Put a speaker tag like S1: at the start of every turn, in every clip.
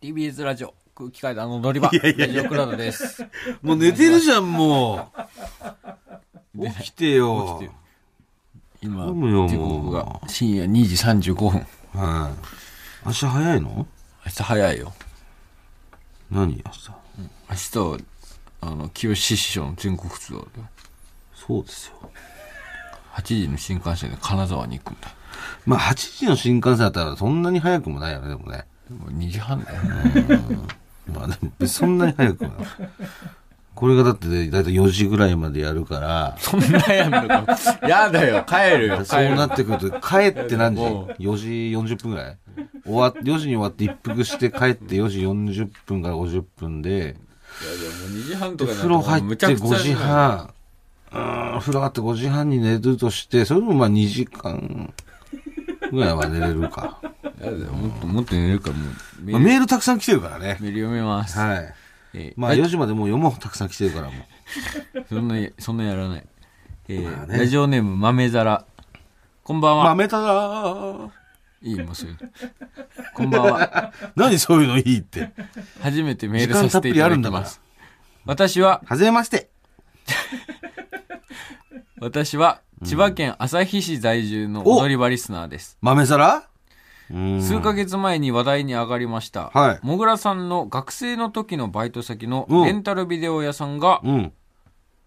S1: TBS ラジオ空気階段の乗り場
S2: いやい
S1: ラ
S2: やい
S1: ジ
S2: や
S1: オクラウドです
S2: もう寝てるじゃん、も う。起きて
S1: 起
S2: よ
S1: きて。よ今
S2: 頼むよもう
S1: 時刻が深夜2時35分明
S2: はい。明日早いの
S1: 日早いよ
S2: 何明日。
S1: 明日はあの清志師匠の全国ツアーで
S2: そうですよ。
S1: 8時の新幹線で金沢に行くんだ
S2: まあ、8時の新幹線だったらそんなに早くもないよね、でもね。
S1: でも2時半だよ
S2: まあ、でもそんなに早くもない。 これがだって、だいたい4時ぐらいまでやるから、
S1: そんなやんのかやだよ帰るよ
S2: そうな
S1: る
S2: ってくると、帰って何時
S1: も
S2: ?4 時40分ぐらい終わっ ?4 時に終わって一服して帰って4時40分から50分で、
S1: いやもう2時半と
S2: で
S1: かにな
S2: 風呂入って
S1: むちゃくち
S2: 5
S1: ゃじ
S2: 時
S1: ゃない
S2: 半。うーん、風呂入って5時半に寝るとして、それでもまあ2時間ぐらいは寝れ るか。
S1: やだよもっともっと寝るからもうメ
S2: まあ
S1: ール
S2: メールたくさん来てるからね。
S1: メール読めます、
S2: はい。
S1: えー
S2: まあ4時までもう読もうたくさん来てるからもう。
S1: そんな、そんなやらない。えー
S2: まあね
S1: ラジオネーム、豆皿。こんばんは。
S2: 豆たら
S1: いい、もうそういうのこんばんは。
S2: 何そういうのいいって。
S1: 初めてメールさせていただきます。私は、
S2: はじめまして。
S1: 私は、千葉県旭市在住の踊り場リスナーです。
S2: 豆皿うーん
S1: 数ヶ月前に話題に上がりました。
S2: はい
S1: もぐらさんの学生の時のバイト先の
S2: うん
S1: レンタルビデオ屋さんが
S2: うん。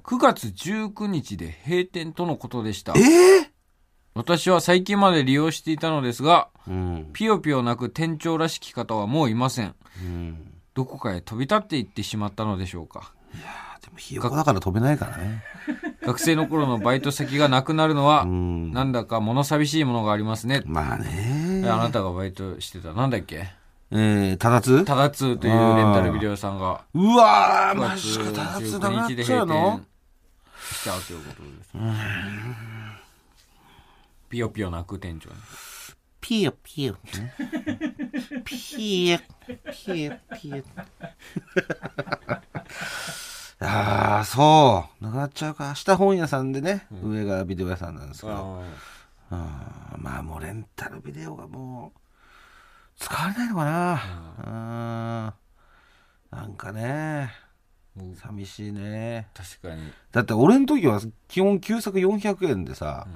S1: 9月19日で閉店とのことでした
S2: え。え
S1: 私は最近まで利用していたのですが、
S2: うん。
S1: ピヨピヨなく店長らしき方はもういません。
S2: うん。
S1: どこかへ飛び立っていってしまったのでしょうか。
S2: あでもひよこだから飛べないからね。
S1: 学生の頃のバイト先がなくなるのは、
S2: ん
S1: なんだか物寂しいものがありますね。
S2: まあ
S1: あ
S2: ね。
S1: なたがバイトしてた、なんだっけ
S2: えー、ただつ
S1: タダツーというレンタルビデオ屋さんが、
S2: うわ
S1: 9
S2: ー、マ
S1: 月
S2: ジか、ただつなくな
S1: 19
S2: っ
S1: 日で
S2: ちゃ
S1: 閉
S2: うの
S1: 店したということです。ピヨピヨ泣く店長に。
S2: ピヨピヨ。ピヨ、ピヨ、ピ ヨ。ああ、そう。なくなっちゃうか。明日本屋さんでね、上がビデオ屋さんなんですけど。うんまあもうレンタルビデオがもう、使われないのかな。うん。なんかね、
S1: もう
S2: 寂しいね。
S1: 確かに。
S2: だって俺の時は基本旧作400円でさ、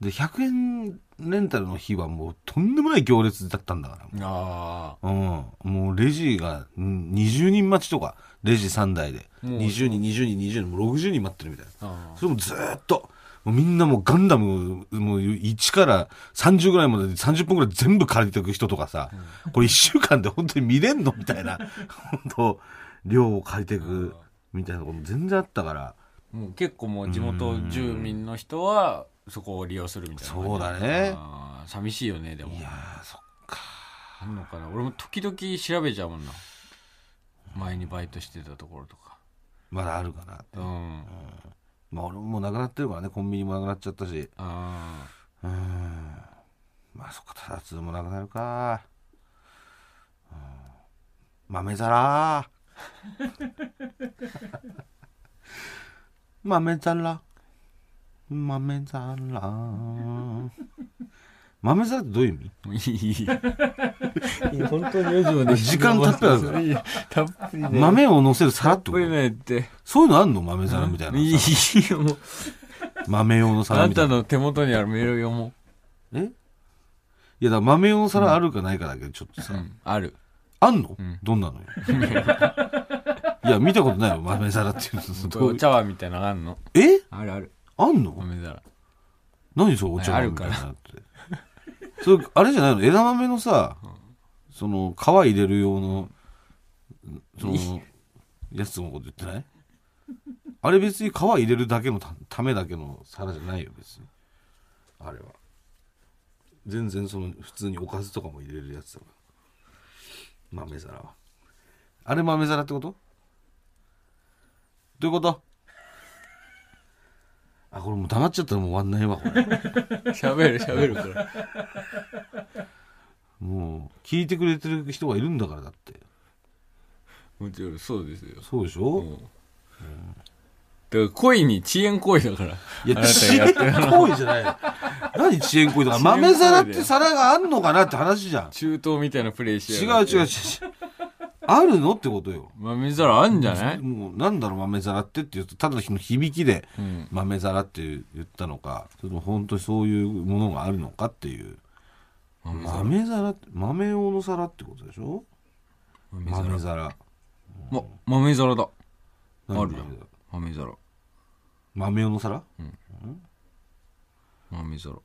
S2: で100円レンタルの日はもうとんでもない行列だったんだから
S1: あ
S2: うん、もうレジがうん20人待ちとかレジ3台で
S1: もう
S2: 20人20人20人もう60人待ってるみたいな
S1: ーあ
S2: それもずーっともうみんなもうガンダムもう1から30ぐらいまで30分ぐらい全部借りていく人とかさ、これ1週間で本当に見れんのみたいな本当量を借りていくみたいなことも全然あったから。
S1: ー。もう結構もう地元住民の人は、そこを利用するみたいな感じ。
S2: そうだね
S1: あー。寂しいよね、でも。
S2: いやーそっ
S1: あんのかな俺も時々調べちゃうもんな前にバイトしてたところとか
S2: まだあるかなって
S1: うん
S2: まあ俺ももうなくなってるからねコンビニもなくなっちゃったし
S1: あ
S2: うーんまあそっかただつもなくなるかうん豆皿 豆皿豆皿豆皿ってどういう意味
S1: ーもういいいや本当に4時ま
S2: で時間たっぷりあるから
S1: るたっぷりね
S2: 豆を乗せる皿
S1: た
S2: っ
S1: ってぷ
S2: こ
S1: り
S2: と
S1: ねって
S2: そういうのあんの豆皿みたい
S1: いい
S2: なさ
S1: よもう
S2: 豆用の
S1: あ
S2: 皿
S1: ん
S2: みた
S1: た
S2: いな
S1: の手元にあるメール読も
S2: えいやだから豆用の皿あるかないかだけどちょっとさ
S1: う、うん、ある
S2: あんの、
S1: うん
S2: どんな のよいや、見たことないよ、豆皿っていうのど
S1: お。
S2: う
S1: 茶碗みたいなのあんの
S2: え
S1: あるある
S2: あんの
S1: 豆皿
S2: 何それお茶
S1: あ
S2: 碗
S1: る
S2: みた
S1: か
S2: い
S1: ら
S2: なのって。それ、あれじゃないの枝豆のさ、その、皮入れる用の、そ
S1: いい
S2: の、やつのこと言ってないあれ別に皮入れるだけのたためだけの皿じゃないよ、別に。あれは。全然その、普通におかずとかも入れるやつだから。豆皿は。あれ豆皿ってことどういうことあ、これもう黙っちゃったらもう終わんないわ、これ。
S1: 喋る喋る から
S2: もう、聞いてくれてる人がいるんだからだって。
S1: もちろんそうですよ
S2: そうでし
S1: う
S2: ょ、
S1: んだから恋に遅延行為だから
S2: いや、
S1: あなたが
S2: 遅
S1: や
S2: 延
S1: ってる
S2: 行為じゃな いの。何遅延行為とか。
S1: 遅延行為だよ
S2: 豆皿って皿があんのかなって話じゃん。
S1: 中東みたいなプレイし
S2: 違
S1: やが
S2: う
S1: って
S2: 違う違う違う。あるのってことよ
S1: 豆皿あんじゃない、
S2: もうなんだろう豆皿ってって言うとただの響きで
S1: うん、
S2: 豆皿って言ったのかその本当にそういうものがあるのかっていう
S1: 豆皿
S2: 豆皿って豆用の皿ってことでしょ
S1: 豆皿
S2: 豆皿
S1: ま、豆皿だ
S2: 何
S1: あるよ豆
S2: 豆皿
S1: 皿
S2: 豆用の皿
S1: 豆皿こ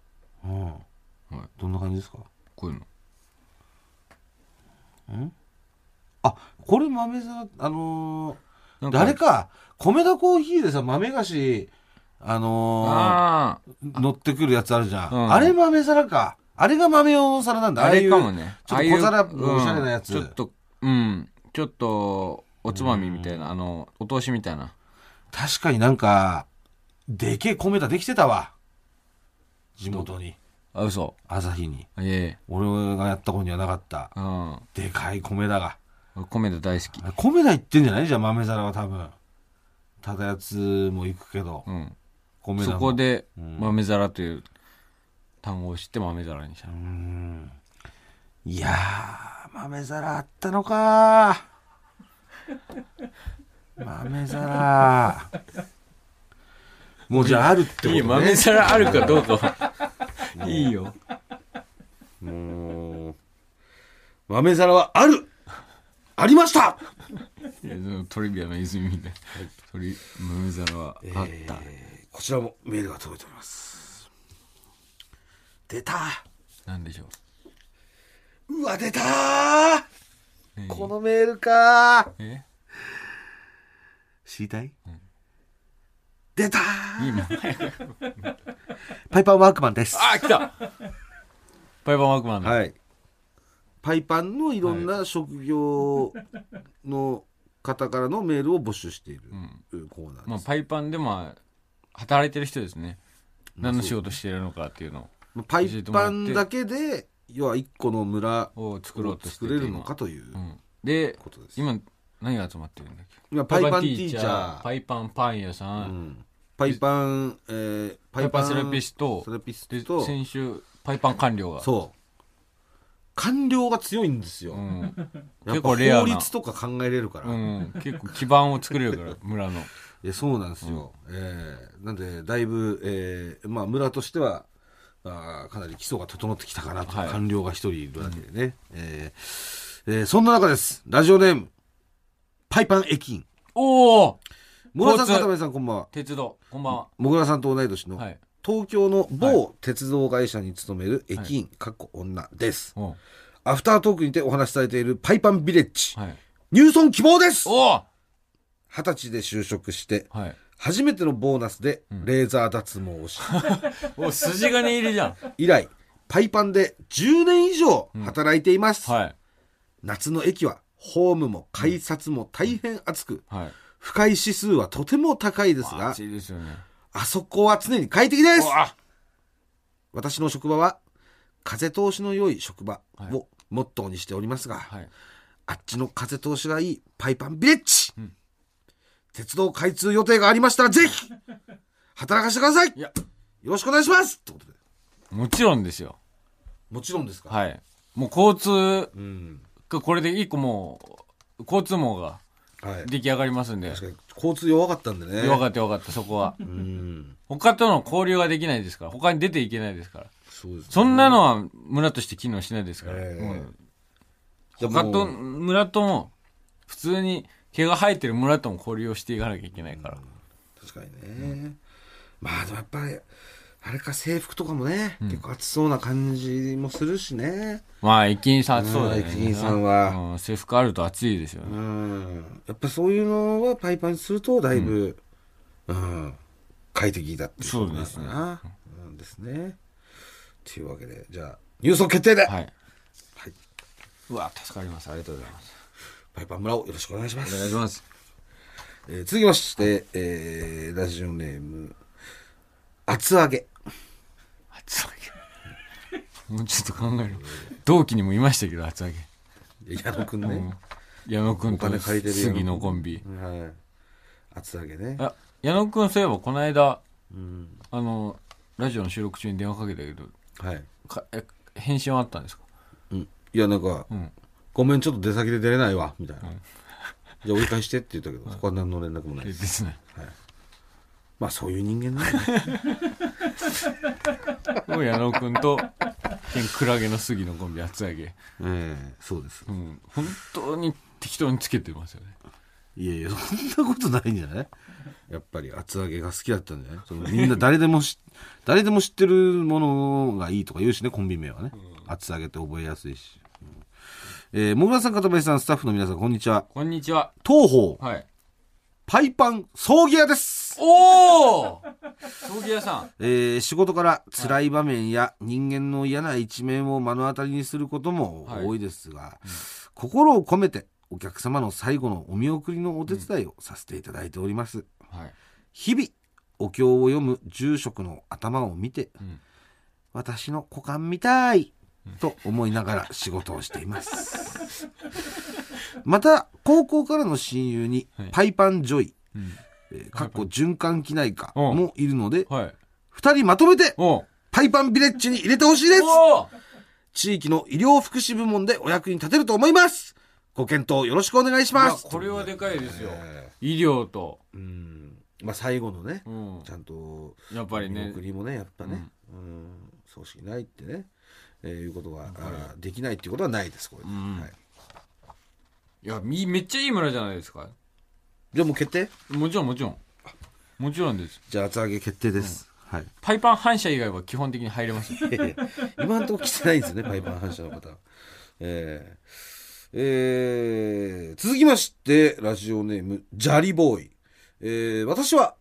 S2: うん、どんな感じですか
S1: ういうの
S2: あこれ豆皿あのー
S1: なん
S2: 誰か米田コーヒーでさ豆菓子あの
S1: ああ
S2: ー乗ってくるやつあるじゃん、
S1: うん
S2: あれ豆皿かあれが豆用の皿なんだ
S1: あ
S2: い
S1: れ
S2: う
S1: かもね
S2: ちょっ
S1: ああ
S2: と
S1: いう
S2: 小皿のおしゃれなやつ、
S1: うんちょっとうんちょっとおつまみみたいなあのお通しみたいな
S2: 確かになんかでけえ米田できてたわ地元に
S1: あ嘘
S2: 朝日に
S1: いえいえ
S2: 俺がやった頃にはなかった
S1: うん
S2: でかい米田が
S1: 俺米田大好き
S2: あ米田行ってんじゃないじゃあ豆皿は多分ただやつも行くけど
S1: うん
S2: 米田
S1: そ
S2: も
S1: こで
S2: うん
S1: 豆皿という単語を知って豆皿にした
S2: うーんいやー豆皿あったのか ー豆皿もうじゃああるってこと、ね、
S1: いい豆皿あるかどう かいいよ
S2: もう豆皿はあるありました
S1: いやそのトリビアの泉みたいなトリ豆皿はあっ
S2: え
S1: た
S2: ーこちらもメールが届いております出た
S1: なんでしょ
S2: うわ出たー
S1: うね
S2: このメールかー
S1: え
S2: 知りたい、出たー
S1: 今
S2: パイパンワークマンです
S1: あ来たパイパンワークマンだ
S2: はい。パイパンのいろんな職業の方からのメールを募集しているコーナーです。
S1: まあ、パイパンでまあ働いてる人ですね何の仕事してるのかっていうの
S2: まあパイパンだけで、要は一個の村を
S1: を作ろうとして
S2: 作
S1: て
S2: れるのかという
S1: 今うんで
S2: ことです。
S1: 今何が集まってるんだっけ
S2: 今パイパンティーチャー、
S1: パイパンパン屋さ、
S2: うんんパイパン、えーパ
S1: パイパンセラピスト
S2: セラピス
S1: で
S2: ト
S1: 先週パイパン官僚が
S2: そう。官僚が強いんですよ。
S1: ん
S2: やっ
S1: 結
S2: ぱ
S1: 構レアな
S2: 法律とか考えれるから。
S1: うん、結構基盤を作れ るから村の
S2: えそうなんですよ、えーなんでだいぶ、えーまあ、村としてはあーかなり基礎が整ってきたかなと、
S1: はい
S2: 官僚が一人いるわけでね、えーえーそんな中ですラジオネームパイパン駅員
S1: おお
S2: もぐらさん
S1: 交通
S2: 片目さんこんばんは
S1: 鉄道こんばんは、
S2: もぐらさんと同い年の、
S1: はい
S2: 東京の
S1: はい
S2: 某鉄道会社に勤める駅員、かっこ女です
S1: おう
S2: アフタートークにてお話しされているパイパンビレッジ、
S1: はい
S2: 入村希望です
S1: おお
S2: 二十歳で就職して
S1: はい
S2: 初めてのボーナスでレーザー脱毛をし、
S1: お筋金入りじゃん
S2: 以来パイパンで10年以上働いています、
S1: はい
S2: 夏の駅はホームも改札も大変暑く
S1: はい
S2: 不快指数はとても高いですが
S1: 暑いですよね
S2: あそこは常に快適で
S1: う
S2: す
S1: わ
S2: 私の職場は風通しの良い職場
S1: はい
S2: をモットーにしておりますが、
S1: はい
S2: あっちの風通しがいいパイパンビレッジ、鉄道開通予定がありましたらぜひ働かせてください
S1: い
S2: よ
S1: や
S2: ろしくお願いしますってことで
S1: もちろんですよ
S2: もちろんですか、
S1: はいもう交通
S2: うん
S1: がこれで一個もう交通網が
S2: はい、
S1: 出来上がりますんで
S2: 確かに交通弱かったんでね
S1: よかったよかったそこは
S2: うん
S1: 他との交流ができないですから他に出ていけないですから
S2: そうですね
S1: そんなのは村として機能しないですから、
S2: ええ
S1: うん
S2: じゃあ
S1: 他
S2: もう
S1: と村とも普通に毛が生えてる村とも交流をしていかなきゃいけないから、
S2: 確かにね、まあでもやっぱりあれか制服とかもね、結構暑そうな感じもするしね
S1: まあ駅員さん暑そうだよね
S2: うん駅員さんは
S1: うん制服あると暑いですよ
S2: う
S1: ね、
S2: んやっぱそういうのはパイパンにするとだいぶ、うん快適だっていことなのかなうんですねというわけでじゃあ入村決定で、
S1: はい
S2: はい、
S1: うわ助かりますありがとうございます
S2: パイパン村をよろしくお願いします
S1: お願いします
S2: えー続きまして、えーラジオネーム厚揚げ
S1: 厚揚げもうちょっと考えろ同期にもいましたけど厚揚げ
S2: 矢野くんね、
S1: 矢野君
S2: お
S1: と
S2: 金借りてる矢野君
S1: 杉のコンビ
S2: はい。厚揚げね。
S1: あ矢野君そういえばこの間、あのラジオの収録中に電話かけたけど
S2: はい。
S1: かえ返信はあったんですか
S2: うん。いや、なんか、
S1: うん
S2: ごめんちょっと出先で出れないわ」みたいな「 じゃあ折り返して」って言ったけどそこは何の連絡もないです
S1: ですね
S2: まあそういう人間なんだね
S1: もう矢野君とケンクラゲの杉のコンビ厚揚げ、
S2: ええそうです
S1: うん、本当に適当につけてますよね
S2: いやいやそんなことないんじゃないやっぱり厚揚げが好きだったんじゃないそのみ んな誰でもし誰でも知ってるものがいいとか言うしねコンビ名はね厚揚げって覚えやすいし、うんえー、もぐらさん片林さんスタッフの皆さんこんにちは
S1: こんにちは
S2: 東方
S1: はい
S2: パイパン葬儀屋です
S1: おお葬儀屋さん
S2: えー仕事から辛い場面や人間の嫌な一面を目の当たりにすることも多いですが、心を込めてお客様の最後のお見送りのお手伝いをさせていただいております、
S1: はい、
S2: 日々お経を読む住職の頭を見て
S1: うん、
S2: 私の股間みたいと思いながら仕事をしていますまた高校からの親友に
S1: はい
S2: パイパンジョイ、
S1: うん、
S2: えーかっこ循環器内科もいるので
S1: はい
S2: 2人まとめて
S1: おう
S2: パイパンビレッジに入れてほしいです
S1: おー
S2: 地域の医療福祉部門でお役に立てると思いますご検討よろしくお願いし
S1: い
S2: ま
S1: や
S2: す
S1: これはでかいですよ
S2: え
S1: 医療と、
S2: ーうんまあ最後のね
S1: うん
S2: ち、ゃんと
S1: やっぱり
S2: 見
S1: ね
S2: 送りもねやっぱねうん葬式ないってねえーいうことはあーできないっていうことはないですこれ
S1: ん
S2: はい
S1: いやみめっちゃいい村じゃないですか
S2: じゃあもう決定
S1: もちろんもちろんもちろんです
S2: じゃあ厚揚げ決定ですはい
S1: パイパン反射以外は基本的に入れますよ
S2: いやいや今のところ来てない んですよね、パイパン反射の方。えーえー続きまして、ラジオネーム、ジャリボーイ。えー私は、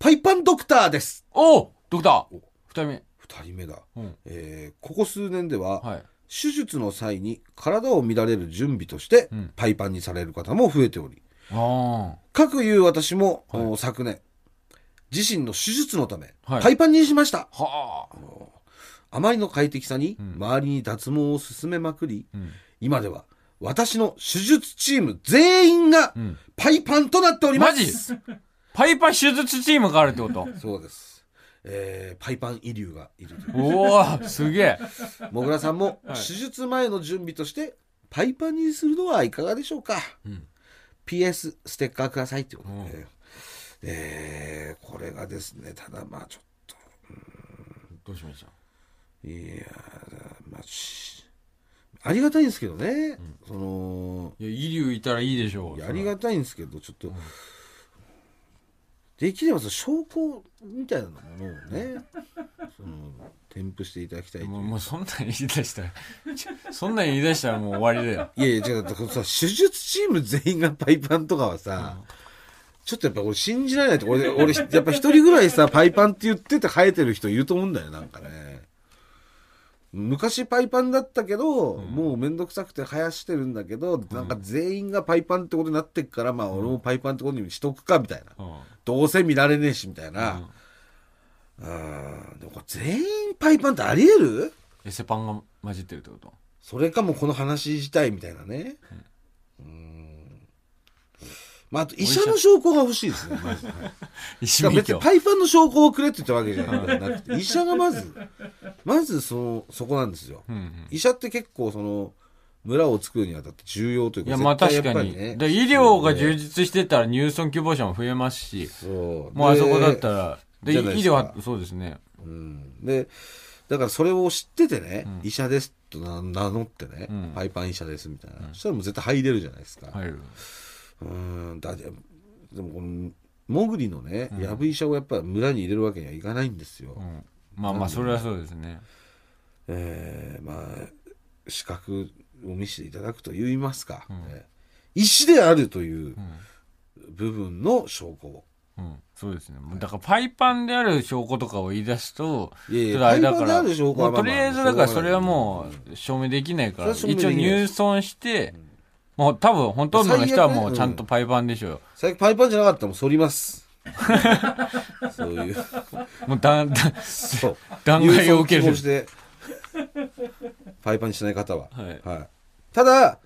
S2: パイパンドクターです。
S1: おおドクター二人目
S2: 二人目だ。
S1: うん
S2: えーここ数年では、
S1: はい
S2: 手術の際に体を乱れる準備として、
S1: うん
S2: パイパンにされる方も増えており、
S1: あ
S2: かくいう私も、
S1: はい
S2: お昨年、自身の手術のため、
S1: はい
S2: パイパンにしました。
S1: あはあ
S2: あまりの快適さに
S1: うん
S2: 周りに脱毛を進めまくり、
S1: うん
S2: 今では私の手術チーム全員が
S1: うん
S2: パイパンとなっておりま
S1: マ
S2: す、
S1: ジパイパン手術チームがあるってこと
S2: そうです、えーパイパン遺留がいるという
S1: おおすげえ
S2: もぐらさんも
S1: はい
S2: 手術前の準備としてパイパンにするのはいかがでしょうか、
S1: ん
S2: PS ステッカーくださいってことで、
S1: うん
S2: えーこれがですねただまあちょっと
S1: どうしました
S2: いやーまあしありがたいんですけどね、その
S1: いや医療いたらいいでしょ
S2: いうやありがたいんですけどちょっと、できればその証拠みたいなものを ねその添付していただきたいという
S1: もうもうそんなん言い出したら ちょそんなん言い出したらもう終わりだよ
S2: いやいや違うだからさ手術チーム全員がパイパンとかはさ、ちょっとやっぱ俺信じられないって俺俺やっぱ一人ぐらいさパイパンって言ってて生えてる人いると思うんだよなんかね昔パイパンだったけど、もうめんどくさくて生やしてるんだけど、なんか全員がパイパンってことになってっからまあ俺もパイパンってことにしとくかみたいな、
S1: うん
S2: どうせ見られねえしみたいな、うん、でもこれ全員パイパンってありえる
S1: エセパンが混じってるってこと
S2: それかもうこの話自体みたいなねうんまああと医者の証拠が欲しいですねまず、はいだ
S1: 一
S2: から
S1: 味
S2: 別
S1: 教
S2: にパイパンの証拠をくれって言ったわけじゃな くて医者がまずまずそのそこなんですよ、
S1: うんうん
S2: 医者って結構その村を作るにあたって重要という
S1: い
S2: か
S1: や、まあ確
S2: 絶対
S1: か
S2: やっぱ
S1: に。
S2: りね
S1: で医療が充実してたら入村希望者も増えますし、
S2: そう
S1: もうあ
S2: で
S1: そこだったら、で、医
S2: じゃないです
S1: 療
S2: か
S1: は、そうですね。
S2: うんでだからそれを知っててね、
S1: うん
S2: 医者ですとな名乗ってね、
S1: うん
S2: パイパン医者ですみたいな、そしたらもう絶対入れるじゃないですか、
S1: 入る。
S2: うーんだででもこのモグリのねやぶ医者をやっぱり村に入れるわけにはいかないんですよ、
S1: うん。まあまあ、それはそうですね。
S2: えーまあ資格を見せていただくと言いますか、えー医師であるという部分の証拠を
S1: うん。そうですね。もうだから、パイパンである証拠とかを言い出すと、
S2: いやいや
S1: ちょっとあれだか
S2: パイパ
S1: ら、
S2: ンである証拠
S1: も
S2: は
S1: う
S2: まあ
S1: と
S2: まあ
S1: りあえず、だから
S2: しょうがない
S1: それはもう、証明できないから、
S2: それは
S1: 一
S2: 証
S1: 応
S2: 明できない
S1: 入村して、もう多分、ほとんどの人はもうちゃんとパイパンでしょうよ。
S2: 最近パイパンじゃなかったらもう反ります そういう
S1: もうだん、だ ん、
S2: そう
S1: 弾劾を受ける
S2: 有酸素してパイパンにしない方は、
S1: はい
S2: ただ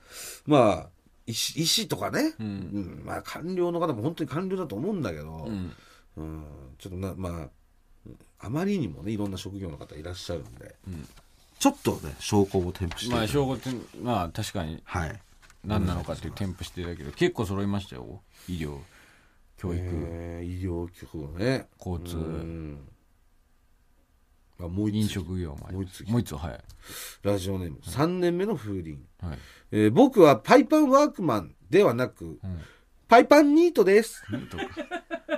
S2: まあ医師医師とかね、
S1: ん
S2: うんまあ、官僚の方も本当に官僚だと思うんだけど、
S1: うん。
S2: うんちょっとなまああまりにもねいろんな職業の方いらっしゃるんで、ちょっとね証拠を添付していた
S1: ま
S2: だ
S1: あ
S2: いて
S1: 証拠ってまあ確かに
S2: はい
S1: 何なのかっていう添付してたけど結構揃いましたよ医療教育、
S2: えー、医療局ね
S1: 交通
S2: うんあもう
S1: 飲
S2: 一つ
S1: 食業もあります
S2: もう一つ
S1: もう一つはい
S2: ラジオネーム3年目の風鈴、
S1: はい
S2: えー僕はパイパンワークマンではなく、パイパンニートです
S1: とか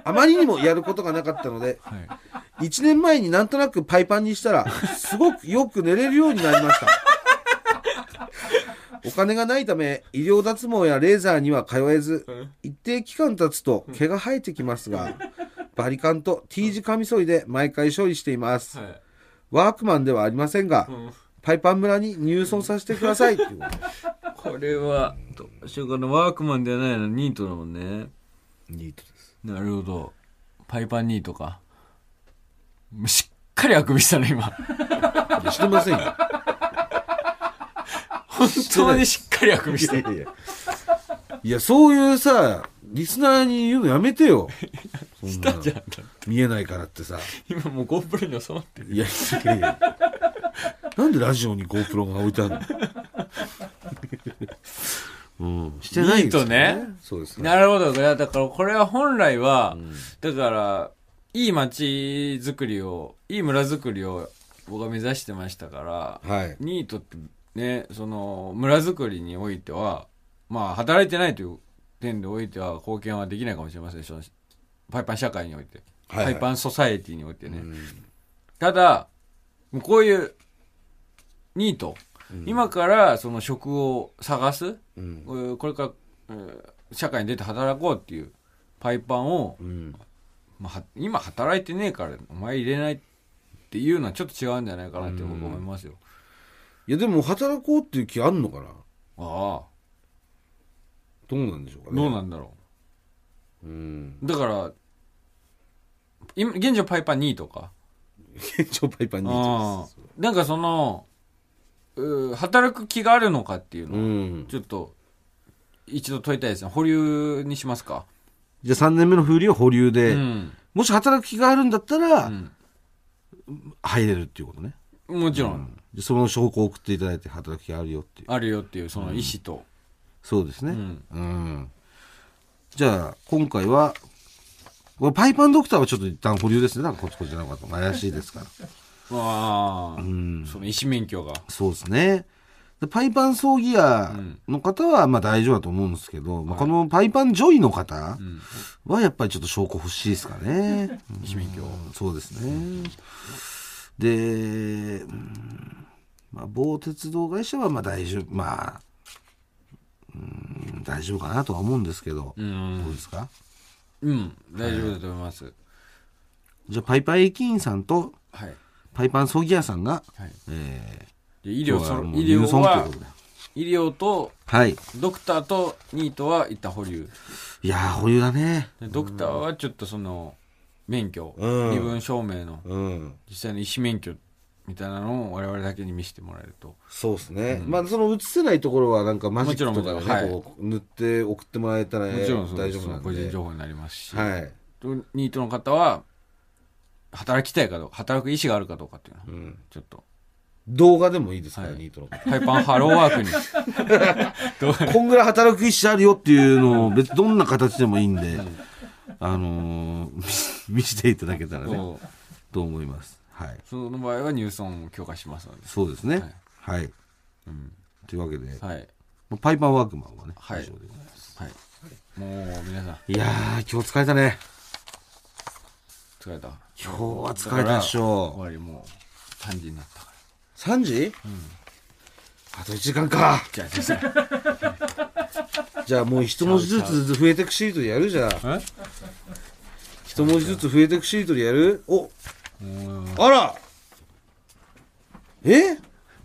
S2: あまりにもやることがなかったので
S1: はい
S2: 1年前になんとなくパイパンにしたらすごくよく寝れるようになりましたお金がないため医療脱毛やレーザーには通えず一定期間経つと毛が生えてきますがバリカンと T 字カミソリで毎回処理しています
S1: はい
S2: ワークマンではありませんが
S1: ん
S2: パイパン村に入村させてくださいっていうことで
S1: これはどうしようかなワークマンではないのニートだもんね
S2: ニートです
S1: なるほどパイパンニートかもうしっかりあくびしたね今
S2: いやしてませんよ
S1: 本当にしっかりあくび
S2: い
S1: した
S2: やいやいやいやそういうさリスナーに言うのやめて よそんな
S1: じゃん
S2: 見えないからってさ
S1: 今もう GoPro に収まってる
S2: いやいやいやなんでラジオに GoPro が置いてあるのうんしてないですよ
S1: いいとね
S2: そうですね
S1: なるほどいやだからこれは本来は、だからいい街づくりをいい村づくりを僕は目指してましたから
S2: はい
S1: ニートってねその村づくりにおいてはまあ働いてないという点でおいては貢献はできないかもしれませんそのパイパン社会において、
S2: はいはい
S1: パイパンソサエティにおいてね、
S2: うん
S1: ただもうこういうニート、今からその職を探す、
S2: うん
S1: えーこれから、えー社会に出て働こうっていうパイパンを、
S2: うん
S1: まあは、今働いてねえからお前入れないっていうのはちょっと違うんじゃないかなって僕思いますよ、
S2: いやでも働こうっていう気あんのかな
S1: ああ
S2: どうなんでしょうかね
S1: どうなんだろ
S2: うん
S1: うだから今現状パイパン2とか
S2: 現状パイパンに
S1: ああなんかそのうー働く気があるのかっていう
S2: う
S1: のを
S2: ん
S1: ちょっと一度問いたいですね保留にしますか
S2: じゃあ3年目の風流は保留で、
S1: うん、
S2: もし働く気があるんだったら、
S1: うん
S2: 入れるっていうことね
S1: もちろん、
S2: でその証拠を送っていただいて働きがあるよっていう
S1: あるよっていうその意思と、
S2: そうです
S1: う
S2: ね
S1: ん
S2: うん、じゃあ今回はこれパイパンドクターはちょっと一旦保留ですねなんかこっちこっちじゃなかった怪しいですから
S1: ああ、
S2: うん
S1: その医師免許が。
S2: そうですねでパイパン葬儀屋の方はまあ大丈夫だと思うんですけど、まあ、このパイパンジョイの方
S1: うん、
S2: はやっぱりちょっと証拠欲しいです かね、
S1: 医師免許を。
S2: うんそうですねで、うんまあ、某鉄道会社はまあ大丈夫まあうん大丈夫かなとは思うんですけど、
S1: う、
S2: どうんですか
S1: うん、大丈夫だと思います。
S2: じゃあパイパイ駅員さんと
S1: はい。
S2: パイパン葬儀屋さんが、
S1: はい、
S2: え
S1: で医
S2: ー、
S1: 療
S2: 今日
S1: そ
S2: は
S1: の
S2: もう
S1: 医療
S2: 入村
S1: は
S2: ということで
S1: 医療と
S2: はい
S1: ドクターとニートは一旦保留
S2: いやー保留だね
S1: でドクターはちょっとその免許、
S2: うん
S1: 身分証明の
S2: うん
S1: 実際の医師免許みたいなのを我々だけに見せてもらえると
S2: そうですね、まあその映せないところはなんかマジックとか
S1: もちろん
S2: で
S1: もちろん
S2: ね、こう塗って送ってもらえたら
S1: もちろんその
S2: 大丈夫
S1: そ
S2: な
S1: の
S2: ん
S1: 個人
S2: で
S1: 情報になりますし、
S2: はい、
S1: とニートの方は働きたいかどうか働く意思があるかどうかっていうのを
S2: うん、
S1: ちょっと
S2: 動画でもいいですから、
S1: はい
S2: ニートの
S1: ハイパンハローワークにどう
S2: こんぐらい働く意思あるよっていうのを別にどんな形でもいいんで、あのー 見せていただけたらね、
S1: そう
S2: と思います。はい。
S1: その場合は入村を強化しますので、
S2: そうですね。はい。
S1: うん、
S2: というわけで、
S1: はい
S2: もうパイパンワークマンはね、
S1: はい
S2: 以上でございます。
S1: はいもう皆さん
S2: いやー、今日疲れたね。
S1: 疲れた
S2: 今日は疲れたでし
S1: 終
S2: ょ。
S1: わりもう3時になったから
S2: 3時、あと1時間か。
S1: じゃあ先 生
S2: じゃあもう一文字ずつ増えてくしりとりやるじゃん。
S1: え
S2: 一文字ずつ増えてくしりとりやるおあらえ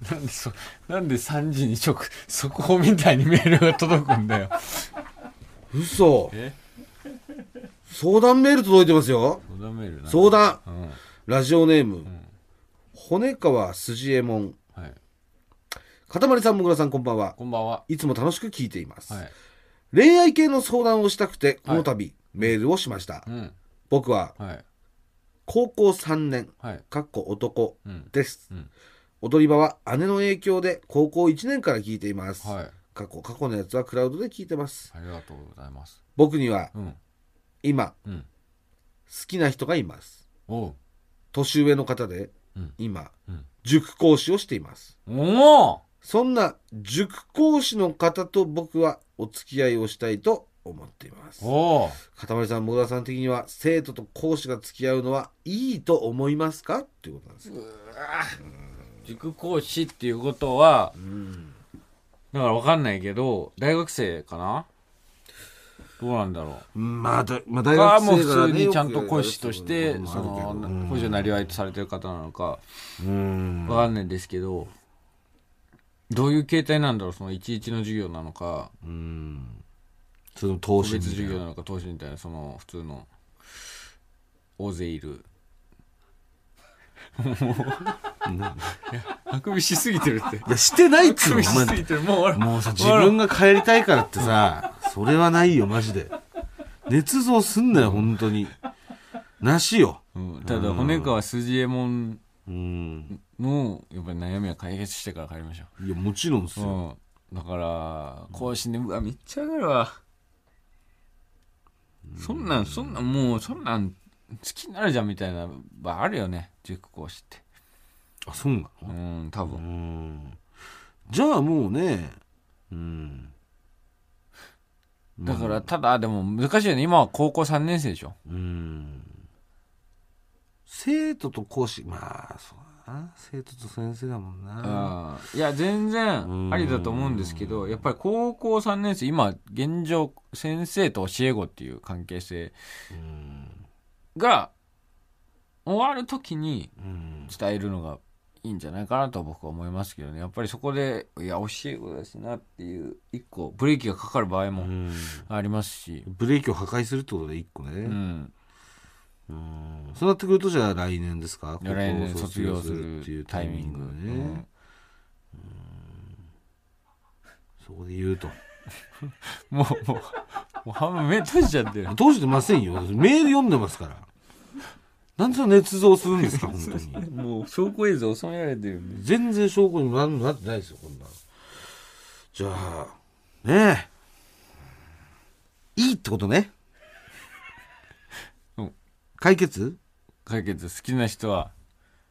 S1: なんでそなんで3時に直速報みたいにメールが届くんだよ
S2: 嘘
S1: え
S2: 相談メール届いてますよ。
S1: 相談メールな
S2: 相談
S1: うん
S2: ラジオネーム、骨川筋右衛門
S1: はい
S2: かたまりさんもぐらさんこんばんは
S1: こんばんはい
S2: つも楽しく聞いています、
S1: はい
S2: 恋愛系の相談をしたくてこの度、メールをしました、
S1: うん
S2: 僕は
S1: はい
S2: 高校3年
S1: はい
S2: かっこ男
S1: うん
S2: です、
S1: うん
S2: 踊り場は姉の影響で高校1年から聞いています、
S1: はい
S2: 過去過去のやつはクラウドで聞いてます
S1: ありがとうございます
S2: 僕には
S1: うん
S2: 今
S1: うん
S2: 好きな人がいます
S1: おう
S2: 年上の方で
S1: うん
S2: 今、
S1: うん
S2: 塾講師をしています
S1: おお
S2: そんな塾講師の方と僕はお付き合いをしたいと思っています
S1: おう
S2: かたまりさんもぐらさん的には生徒と講師が付き合うのはいいと思いますかっていうことなんですよ
S1: 塾講師っていうことは
S2: うん
S1: だから分かんないけど大学生かなどうなんだろ
S2: まあ、だまあ
S1: う
S2: 大
S1: か
S2: 学
S1: もう
S2: 生が
S1: 普
S2: ね
S1: 通にちゃん
S2: よ
S1: と
S2: く
S1: 講師として
S2: や
S1: そ
S2: ることもあるけど
S1: の講師をなりわいとされてる方なのか
S2: うん
S1: 分かんないですけどどういう形態なんだろうその11の授業なのか
S2: うんその投
S1: 個
S2: 資み
S1: 別
S2: たい
S1: 授業
S2: な
S1: なのか投資みたいなその普通の大勢い る あくびしすぎてるって
S2: いやしてないっ
S1: あ
S2: つ
S1: く
S2: うの
S1: びし
S2: お前
S1: すぎてるもう俺
S2: もうさ自分が帰りたいからってさそれはないよマジで捏造すんなよ本当になしよ
S1: うんただ骨川筋右衛門
S2: うん
S1: のやっぱり悩みは解決してから帰りましょ
S2: いやもちろんです
S1: う、
S2: よ
S1: うん、だから講師ねうわめっちゃ上がるわそんなんそんなんもうそんなん好きになるじゃんみたいな場あるよね塾講師って
S2: あそうなの
S1: うん多
S2: う
S1: 分
S2: んじゃあもうねうん
S1: だからただでも難しいよね今は高校3年生でしょ
S2: うん生徒と講師まあそうだな生徒と先生だもんな
S1: あーいや全然ありだと思うんですけどやっぱり高校3年生今現状先生と教え子っていう関係性
S2: うん
S1: が終わる時に
S2: うん
S1: 伝えるのがいいんじゃないかなと僕は思いますけどねやっぱりそこでいや教え子だしなっていう一個ブレーキがかかる場合
S2: う
S1: も
S2: ん
S1: ありますし、
S2: ブレーキを破壊するってことで一個
S1: う
S2: ね、
S1: ん、
S2: うんそうなってくるとじゃあ来年ですか
S1: 来年
S2: 高校を
S1: 卒業する
S2: っていう
S1: タ
S2: タ
S1: イ
S2: イ
S1: ミ
S2: ミ
S1: ン
S2: ン
S1: グ
S2: グ
S1: ね、
S2: ね、
S1: うん
S2: そこで言うと
S1: もうもうもう半分目閉じちゃってる
S2: どうしてませんよメール読んでますからなんでそんな捏造するんですか本当に
S1: もう証拠映像収められてるんで
S2: 全然証拠にもなんもなってないですよこんなのじゃあねえいいってことね
S1: うん
S2: 解決
S1: 解決好きな人は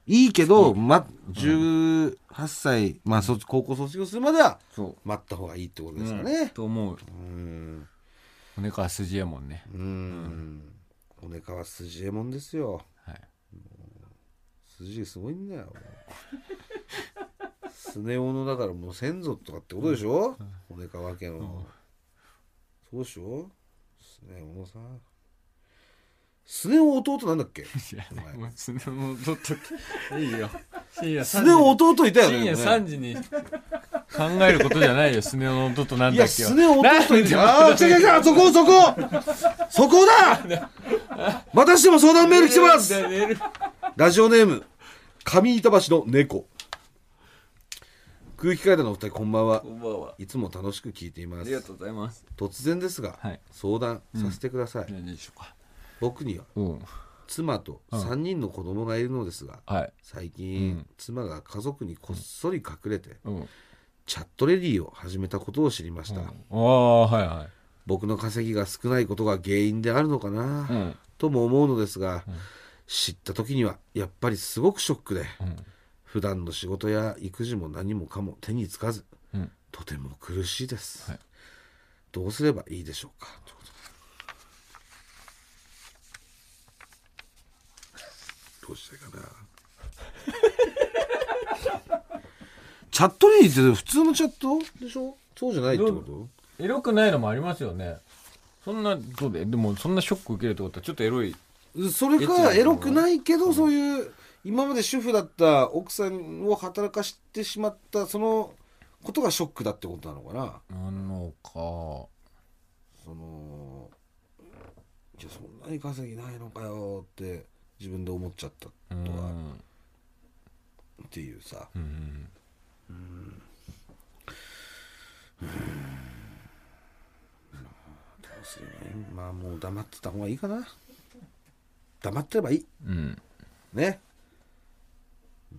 S1: い
S2: いけど、ま、18歳、まあ、卒高校卒業するまでは
S1: そ
S2: 待った方がいいってこと
S1: う
S2: ですか
S1: うん
S2: ね
S1: と思う
S2: うん
S1: 骨川筋やもんね
S2: うん骨川筋右衛門ですよ
S1: はい
S2: 筋すごいんだよもうスネ夫のだからもう先祖とかってことでしょ、骨川家の、そうでしょスネ夫のさスネ夫弟なんだっ け
S1: いやもうスネ夫の弟っていいよ深夜
S2: スネ夫弟いたよね
S1: 深夜
S2: でも
S1: 3
S2: ね
S1: 時に考えることじゃないよ、スネ夫の弟なん
S2: い
S1: だ
S2: や
S1: っけ
S2: ス
S1: は。
S2: ネ夫弟いたよああ違う違うそこそこそこだまたしても相談メール来てます
S1: 寝る
S2: ラジオネーム、上板橋の猫。空気階段のお二人、こんばんは
S1: こ。んばんは。
S2: いつも楽しく聞いていま
S1: あ
S2: す
S1: り。がとうございます。
S2: 突然ですが、
S1: はい
S2: 相談させてください。
S1: 何でしょうか。
S2: 僕には
S1: うん。
S2: 妻と3人の子供がいるのですが、
S1: はい。
S2: 最近、
S1: うん
S2: 妻が家族にこっそり隠れて、
S1: うん。
S2: チャットレディを始めたことを知りました。
S1: ああ、はいは
S2: 僕の稼ぎが少ないことが原因であるのかな、
S1: い。うん。
S2: とも思うのですが、知った時にはやっぱりすごくショックで、
S1: うん。
S2: 普段の仕事や育児も何もかも手につかず、
S1: うん
S2: とても苦しいです、
S1: はい
S2: どうすればいいでしょうかということどうしたいかな チャットレディって普通のチャットでしょそうじゃないってこと
S1: エロくないのもありますよね。そんな、どうで、でもそんなショック受けるってことはちょっとエロい。
S2: それ
S1: エッチな
S2: かエロくないけどそういう今まで主婦だった奥さんを働かしてしまったそのことがショックだってことなのかな
S1: なのか。
S2: そのいやそんなに稼ぎないのかよって自分で思っちゃった
S1: う
S2: とか
S1: ん。
S2: っていうさ
S1: うん。
S2: どうすればいいまあもう黙ってた方がいいかな黙ってればいい
S1: うん。
S2: ねう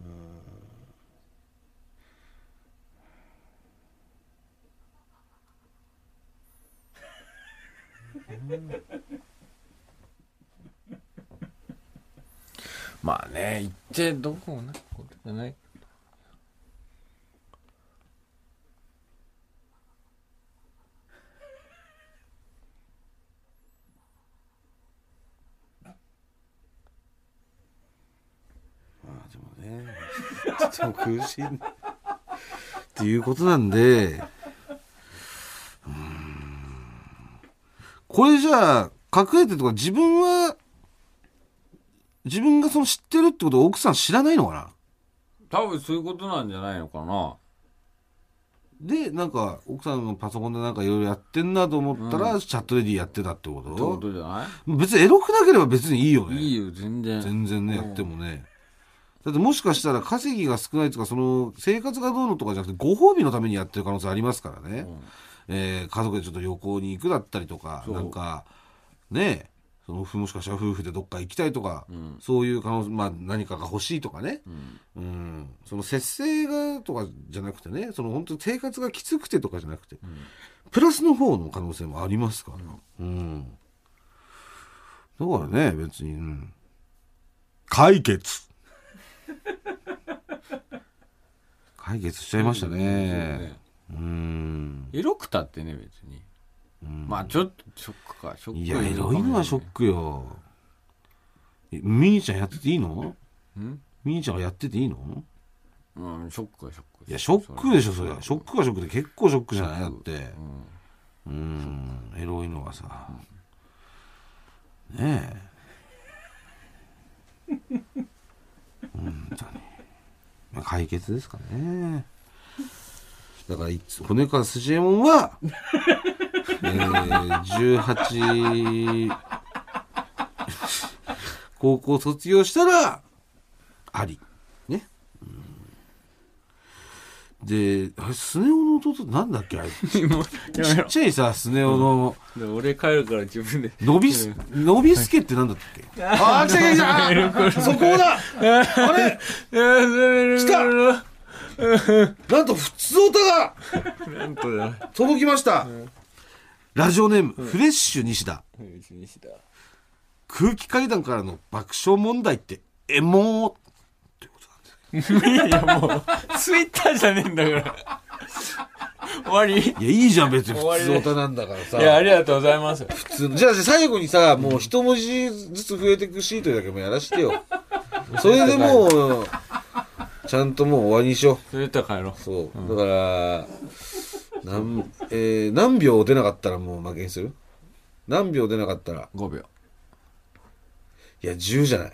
S1: まあね行ってどこもなことじゃない
S2: まあでもね、ちょっと苦しい。っていうことなんで、うーんこれじゃあ、隠れてるとか自分は、自分がその知ってるってことを奥さん知らないのか
S1: 多分そういうことなんじゃないのかな
S2: なで、なんか、奥さんのパソコンでなんかいろいろやってんなと思ったら、チャットレディやってたってこ
S1: ってこととじゃな
S2: 別にエロくなければ別にいいよね。
S1: いいいよ全然
S2: 全然ね、
S1: うん
S2: やってもね。だってもしかしたら稼ぎが少ないとか、その生活がどうのとかじゃなくて、ご褒美のためにやってる可能性ありますからね。
S1: うん
S2: えー家族でちょっと旅行に行くだったりとか、
S1: そう
S2: なんか、ねえ、そのもしかしたら夫婦でどっか行きたいとか、
S1: うん
S2: そういう可能性、まあ何かが欲しいとかね。
S1: うん
S2: うん。その節制がとかじゃなくてね、その本当生活がきつくてとかじゃなくて、
S1: ん
S2: プラスの方の可能性もありますから。うん。だからね、別に、うん解決 解決しちゃいましたね。うん。
S1: エロくたってね別に
S2: うん
S1: まあちょっとショックかショック
S2: いや、エロいのはショックよ。えミニちゃんやってていいの
S1: うん
S2: ミニちゃんがやってていいの
S1: うんショックはショック
S2: いや、ショックでしょ、それ。ショックはショックで結構ショックじゃないだって。
S1: うん
S2: うん、エロいのはさ。ねえ。本当に。まあ、解決ですかね。だからいつ、骨川すしえもんは、えー、18、高校卒業したら、あり。ね。うんで、あれ、スネ夫の弟ってなんだっけあれ。
S1: もうや
S2: ち
S1: め
S2: っ
S1: ろ
S2: ちゃいさ、スネ夫の、
S1: で俺帰るから自分で
S2: のびす、のびすけってなんだったっけあー、来た来た来たそこだあれ
S1: 来
S2: たなんと、普通オタ
S1: なんとだ
S2: が届きましたラジオネーム、フレッシュ西田。
S1: 西西だ
S2: 空気階段からの爆笑問題って、エモー。ということなんです
S1: いやもうツイッターじゃねえんだから終わりい
S2: いや、いいじゃん、別に
S1: 終わ
S2: 普
S1: り
S2: 通
S1: で
S2: オタなんだからさ。
S1: やありがとうございます
S2: 普通のじゃあ、最後にさ、もう一文字ずつ増えていくシートだけもやらしてよ。それでもう、ちゃんともう終わりにしよう。
S1: ツイッター帰ろう
S2: そう、だから何,、えー何秒出なかったらもう負けにする何秒出なかったら
S1: 5秒
S2: いや10じゃない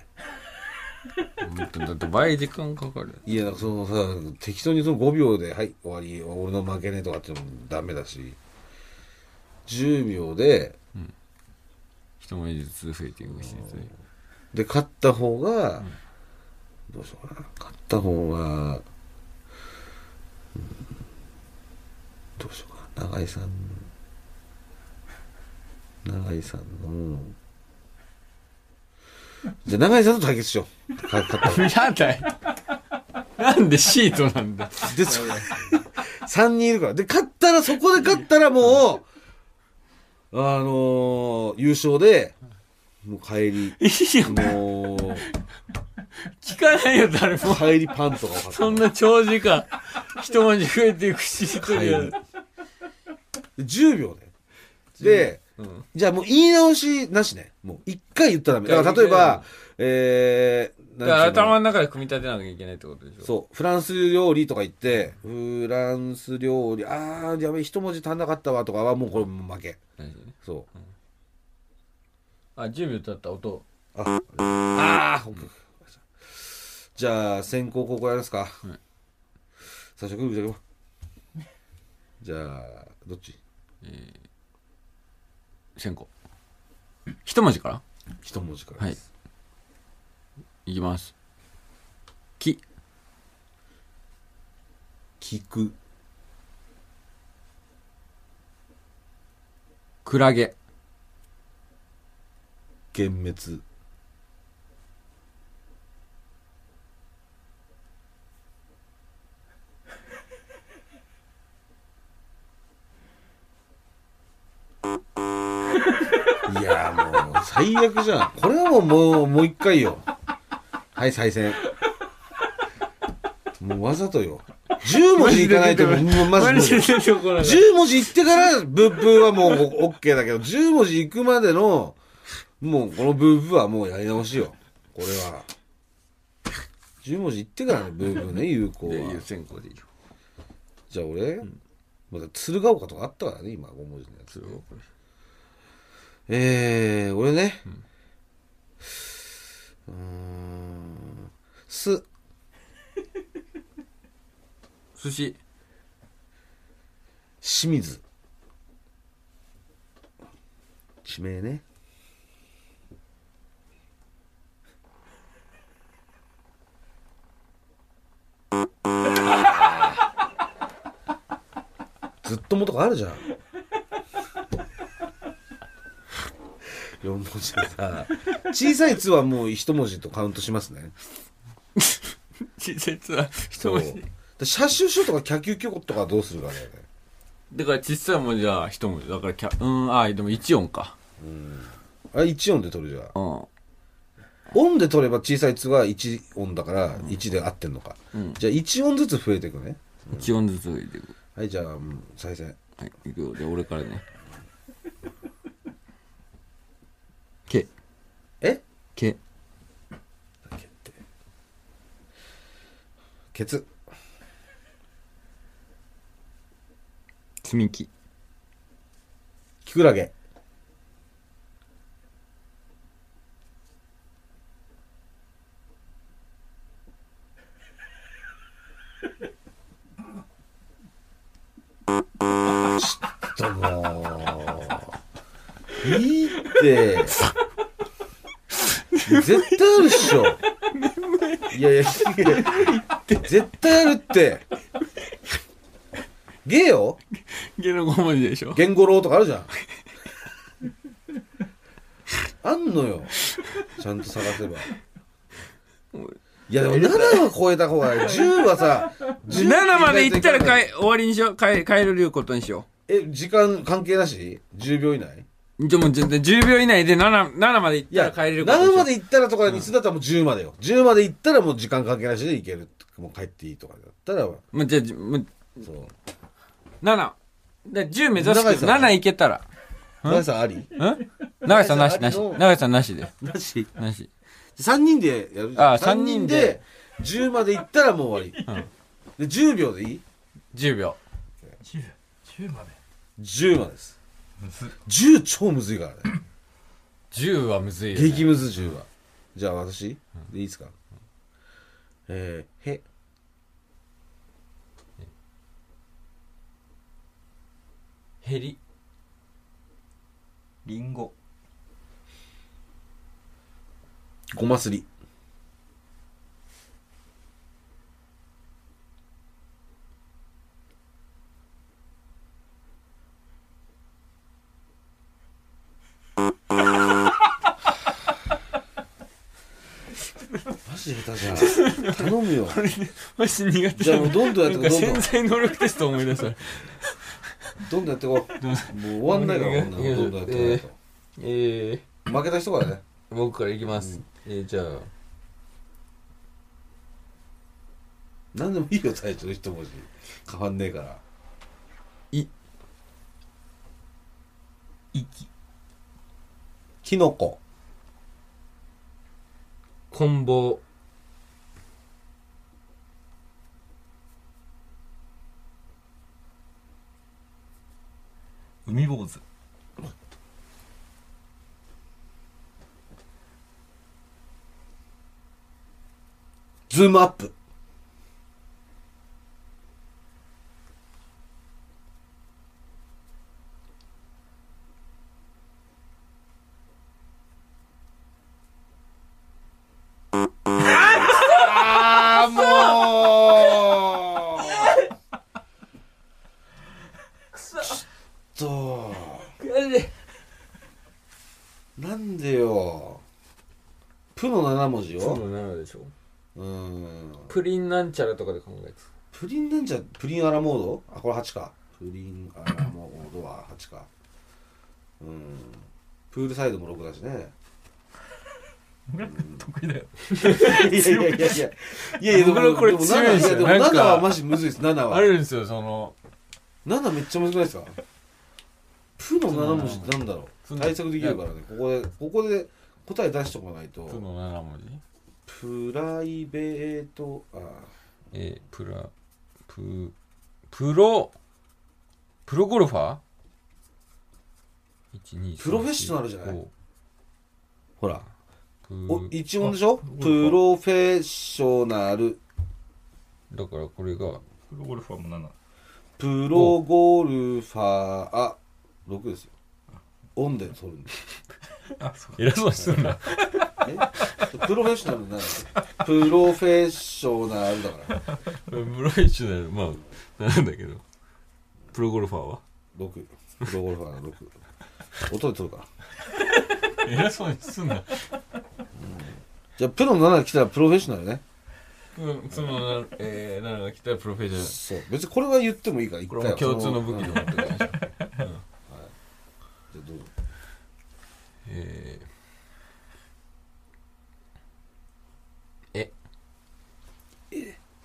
S1: だって倍時間かかる
S2: いやなんかそのさ適当にその5秒で「はい終わり俺の負けね」とかってのもダメだし10秒で
S1: 一文字ずつ増えていくし
S2: で勝った方が、どうしようかな勝った方が、うんどうしようかな永井さん永井さんのじゃあ永井さんと対決しようか勝った方
S1: やだいなんでシートなんだ
S2: でそ3人いるからで勝ったらそこで勝ったらもうあのー優勝でもう帰り
S1: いいよ
S2: もう
S1: 聞かないよ誰も
S2: 帰りパンとかを買って
S1: そんな長時間一文字増えていくシート
S2: 帰
S1: に
S2: るで10秒ねで、じゃあもう言い直しなしねもう1回言ったらダメだから例えばえー、
S1: だから
S2: なんていう
S1: 頭
S2: の
S1: の中で組み立てなきゃいけないってことでしょ
S2: そうフランス料理とか言ってフランス料理あーやべえ一文字足んなかったわとかはもうこれもう負け
S1: 大丈夫ね
S2: そ
S1: あ10秒経った音
S2: うああーじゃあ先攻後攻やりますか、最初グーじゃあ行こうじゃあどっち
S1: 先行一文字から
S2: 一文字から
S1: はいいきますき
S2: 聞く
S1: クラゲ
S2: 幻滅いやーもう最悪じゃんこれはもうもうもう一回よはい再選もうわざとよ10文字いかないともうもうマジ
S3: マジ
S2: で
S3: で出てこない
S2: 10文字いってからブッブーはもう OK だけど10文字いくまでのもうこのブーブーはもうやり直しよこれは10文字いってからねブーブーね有効は
S1: で優先校でいいよ
S2: じゃあ俺、まだ鶴岡とかあったからね今5文字のやつ
S1: 鶴岡
S2: えー、俺ね。うーん。す、
S1: 寿司
S2: 清水。地名ね。 ずっともとかあるじゃん。4文字でさ、小さい「つ」はもう1文字とカウントしますね。
S3: 小さいつは一
S2: そう
S3: 文字。
S2: で車種書とかキャキュキョとかどうするかだよね。
S1: だから小さい文字は一文字だからキャうんあーでも一音か
S2: あれ1音で取るじゃん。
S1: うん
S2: 音で取れば小さい「つ」は1音だから1で合ってんのか。
S1: うん
S2: じゃあ1音ずつ増えていくね。
S1: 一音ずつ入れていく
S2: はい、じゃあ、うん、再生。
S1: はいいくよで俺から ねけ
S2: え
S1: け
S2: ケツ。
S1: 積み木
S2: キクラゲ。ちょっともう。いいって。絶対あるっしょ。いやいや、いや絶対あるって。ゲーよ
S1: ゲの5文字でしょ
S2: ゲンゴロウとかあるじゃん。あんのよ。ちゃんと探せば。いやでも7は超えた方がいい。10はさ、10
S1: 7までいったら
S2: か
S1: かえ終わりにしよう変え変えれることにしよ
S2: え、時間関係なし ?10 秒以内
S1: うじゃあもう全然10秒以内で 7, 7までいっ
S2: い
S1: た
S2: や、
S1: ら変えれることにしよ
S2: 7
S1: う
S2: までいったらとかにすだったらもう10までよ。10までいったらもう時間関係なしでいける。もう帰っていいとかだったら、
S1: まあ、じゃあじもう
S2: そう。
S1: 7で10目指す
S2: 長井
S1: け
S2: さ
S1: ど
S2: ん
S1: 7いけたら
S2: 長井さんあり
S1: うん長井さんなしなし
S2: ありの
S1: 長井さんなしで
S2: なし
S1: なし
S2: ?3 人でやる
S1: あ
S2: 三
S1: 三人で
S2: 10までいったらもう終わり。で、10秒でいい
S1: 10秒
S3: 10 10まで
S2: 10までです
S3: むず
S2: 10超むずいからね
S1: 10はむずいよ、ね、
S2: 激むず10はじゃあ私でいいですかえー、へ
S1: 減り
S3: リンゴ
S2: ごます りマジで下手じゃん頼 むよ
S1: マジ苦手
S2: じゃあもうどんどんやってこうどんどん
S1: 在能力テスト思い出す
S2: どんどんやってこう。もう終わんないから、こんなのどんどんやってこないと。
S1: え
S2: 負けた人からね。
S1: ー、僕からいきます、えー、じゃあ
S2: 何でもいいよ、最初の一文字。変わんねえから。
S3: 息
S2: キノコ。
S1: こん棒
S3: 海坊主
S2: ズームアップ。あーもうちょっと。なんでよ。プの7文字
S1: そう
S2: よ。
S1: なのでしょ
S2: うーん。
S1: プリンなんちゃらとかで考えて
S2: プリンなんじゃ、プリンアラモードあ、これ8か。プリンアラモードは8か。うーん。プールサイドもろくだし ね
S3: 俺ら得意だよ
S2: いやいやいやいやいやいやでも
S1: 僕らこれ
S2: でも
S1: 強いんですよ
S2: いやでも
S1: なんか
S2: 7はマジむずいです7は
S1: あれですよその
S2: 7めっちゃむずくないですかプの7文字ってなんだろ
S1: プ
S2: う
S1: の
S2: 対策できるからねここでここで答え出しとかないと
S1: プの7文字
S2: プライベートあ
S1: えープラププロプロゴルファー
S2: プロフェッショナルじゃないほらお
S1: い
S2: 一音でしょ
S3: あ
S2: プロフェッショナル
S1: だからこれが
S3: プロゴルファーも7
S2: プロゴルファーあ6ですよ音で取るんです
S3: あそう
S1: 偉そうにするな
S2: ねプロフェッショナルなんですプロフェッショナルだから
S1: プロフェッショナルまあなんだけどプロゴルファーは
S2: 6プロゴルファーの6音で取るから
S1: 偉そうにすんな
S2: じゃあプロの7来たらプロフェッショナルね
S1: そのえー、なが来たらプロフェッショナル
S2: そう別にこれは言ってもいいから一
S1: これ
S2: 回
S1: も
S2: は
S1: 共通の武器
S2: そ
S1: で持
S2: の
S1: っ
S2: うん
S1: て
S2: じゃ
S1: ください
S2: あどうぞ
S1: えー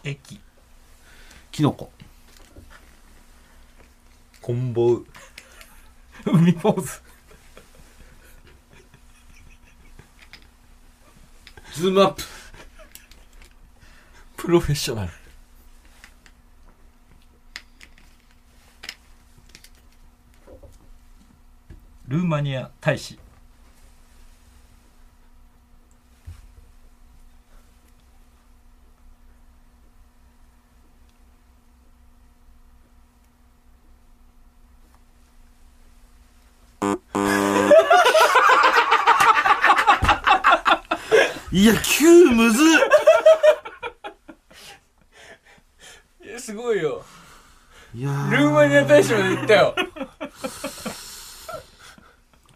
S1: え
S3: 駅
S2: キノコ
S1: こんぼう
S3: 海ポーズ
S2: ズームアップ
S1: プロフェッショナル
S3: ルーマニア大使
S2: いや9むずっ
S1: いやすごいよ
S2: いや
S1: ルーマニア大使まで行ったよ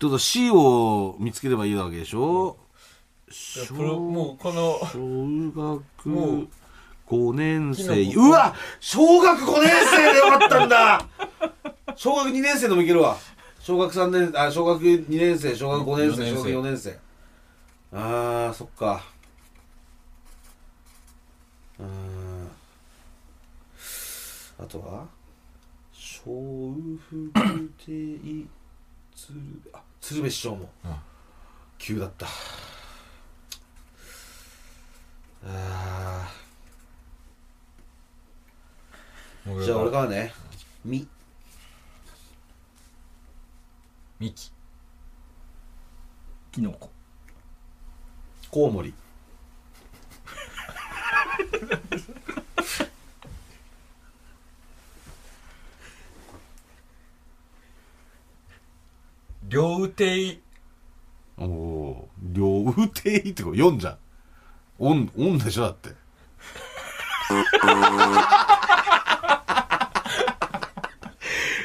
S2: ちょっと C を見つければいいわけでしょ小
S1: プロもうこの
S2: 小
S1: も
S2: 学5年生
S1: キノコ
S2: うわ小学5年生でよかったんだ小学2年生でもいけるわ小学3年あ小学2年生小学5年
S1: 四年
S2: 生
S1: 生
S2: 小学4年生あーそっかうーんあとは小福亭鶴瓶あ鶴瓶師匠も
S1: うん
S2: 急だったあーじゃあ俺からねみ
S1: ミキ
S3: キノコ
S2: コウモリ
S1: 両手
S2: おお両腕いいってこ読んじゃんオンオンでしょだって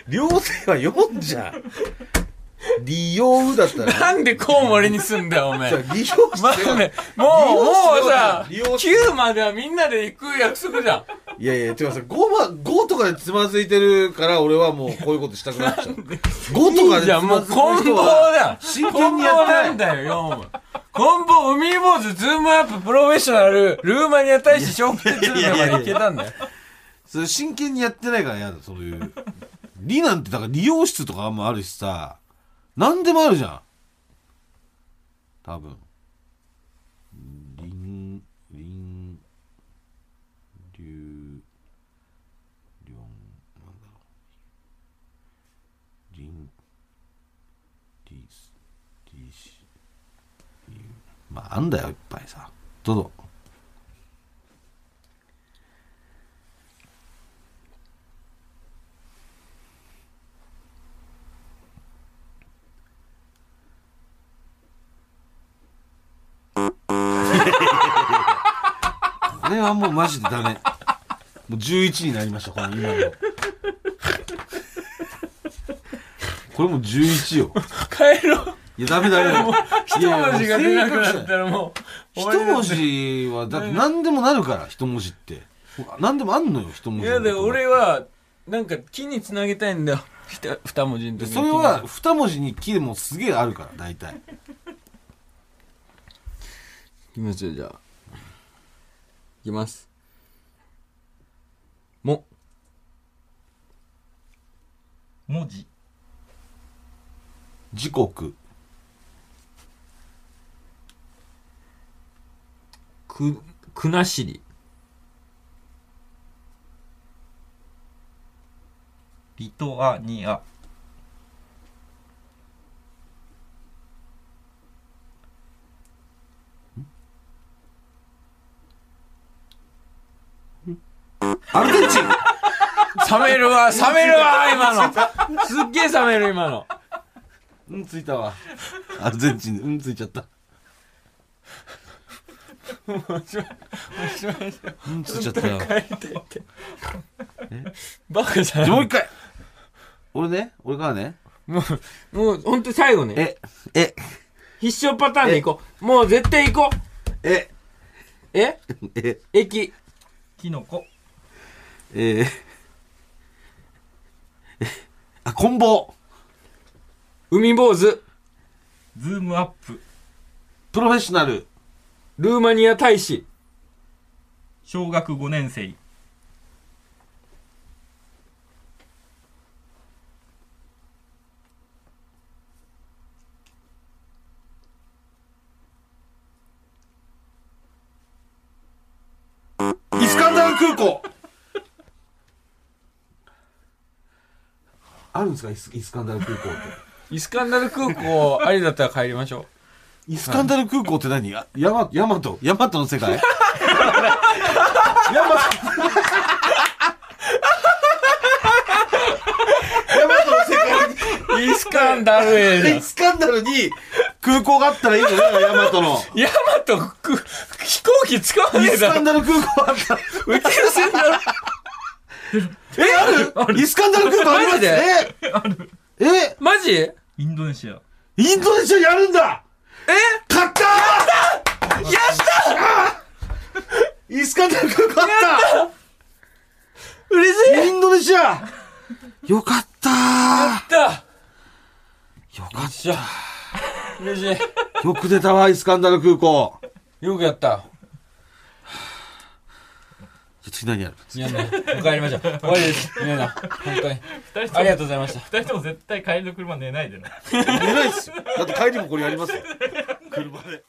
S2: 両手は読んじゃん利用だったらね
S1: なんでコウモリにすんだよお前
S2: じゃあ利用して
S1: ま
S2: よ
S1: あね、もう、もうさ、
S2: 利用し
S1: 9まではみんなで行く約束じゃん。
S2: いやいや、てかさ、5は、5とかでつまずいてるから、俺はもうこういうことしたくなっちゃう。5と か
S1: いい
S2: で
S1: じ
S2: つ
S1: ゃん、も
S2: ま
S1: う、
S2: ずいてる
S1: こん
S2: 人
S1: 棒
S2: は、
S1: だよ。
S2: 真
S1: こ
S2: 剣
S1: ん
S2: に
S1: 棒
S2: やって
S1: な
S2: ない
S1: ん。だよ、よ、お前。こん棒、海坊主、ズームアップ、プロフェッショナル、ルーマニア大使、ショップツル
S2: いやいやい
S1: ま
S2: や
S1: で行けたんだよ。
S2: それ真剣にやってないから嫌だ、そういう。理なんて、だから理容室とかもあるしさ、何でもあるじゃん。多分。りん、りん、りゅう、りょん、なんだろう。りん、りす、りし、りゅうまあ、あんだよ、いっぱいさ。どうぞ。これはもうマジでダメ。もう11になりました、この今の。これもう11よ。
S1: 帰ろう。
S2: いや、ダメダメだよ。
S1: 一文字が出なくなったらもう、
S2: 一
S1: 終わりだ
S2: 文字は、だって何でもなるから、一文字って。何でもあんのよ、一文字。
S1: いや、で、俺。は、なんか、木につなげたいんだよ。ひた二文字の
S2: で
S1: 時
S2: それは二文字に「き」でもすげえあるから大体
S1: いきますよじゃあいきますも
S3: 文字
S2: 時刻
S1: くくなしり
S3: リトアニア
S2: アルゼンチン
S1: 冷める わ冷めるわ今のすっげえ冷める今の
S2: うんついたわアルゼンチンでうんついちゃったうんついちゃったよ
S1: バカじゃん
S2: もう一回俺ね俺からね
S1: もうもうほんと最後ね
S2: ええ
S1: 必勝パターンでいこうもう絶対行こう
S2: え
S1: え
S2: え
S1: 駅
S3: キノコ
S2: えー、あ、こん棒
S1: 海坊主
S3: ズームアップ
S2: プロフェッショナル
S1: ルーマニア大使
S3: 小学5年生
S2: イスカンダル空港あるんですかイスイスカンダル空港って
S1: イスカンダル空港ありだったら帰りましょう
S2: イスカンダル空港って何やヤマヤマトヤマトの世界ヤマトヤマトの世界に
S1: イスカンダルエー
S2: イスカンダルに空港があったらいいのね、ヤマトの。
S1: ヤマトく飛行機使わ
S2: イ
S1: ねえ
S2: ス
S1: だ
S2: カ
S1: ろ
S2: ンダル空港あったら。
S1: 宇宙船だろ
S2: え、あるイスカンダル空港あります
S1: マジで
S2: ええ、
S1: マジえ
S3: インドネシア
S2: インドネシアやるんだ勝った
S1: やった
S2: イスカンダル空港あっ
S1: 嬉しい
S2: たインドネシアよかった
S1: やった
S2: よかっ
S1: しゃ嬉しい
S2: た。よく出たわ、イスカンダル空港。
S1: よくやった
S2: じゃあ次何 やる
S1: みんなお帰りましょう終わりですみんな本当に
S3: 2人
S1: ありがとうございました
S3: 2人とも絶対帰りの車寝ないでな
S2: 寝ないっすよ。だって帰りもこれやりますよ。車で。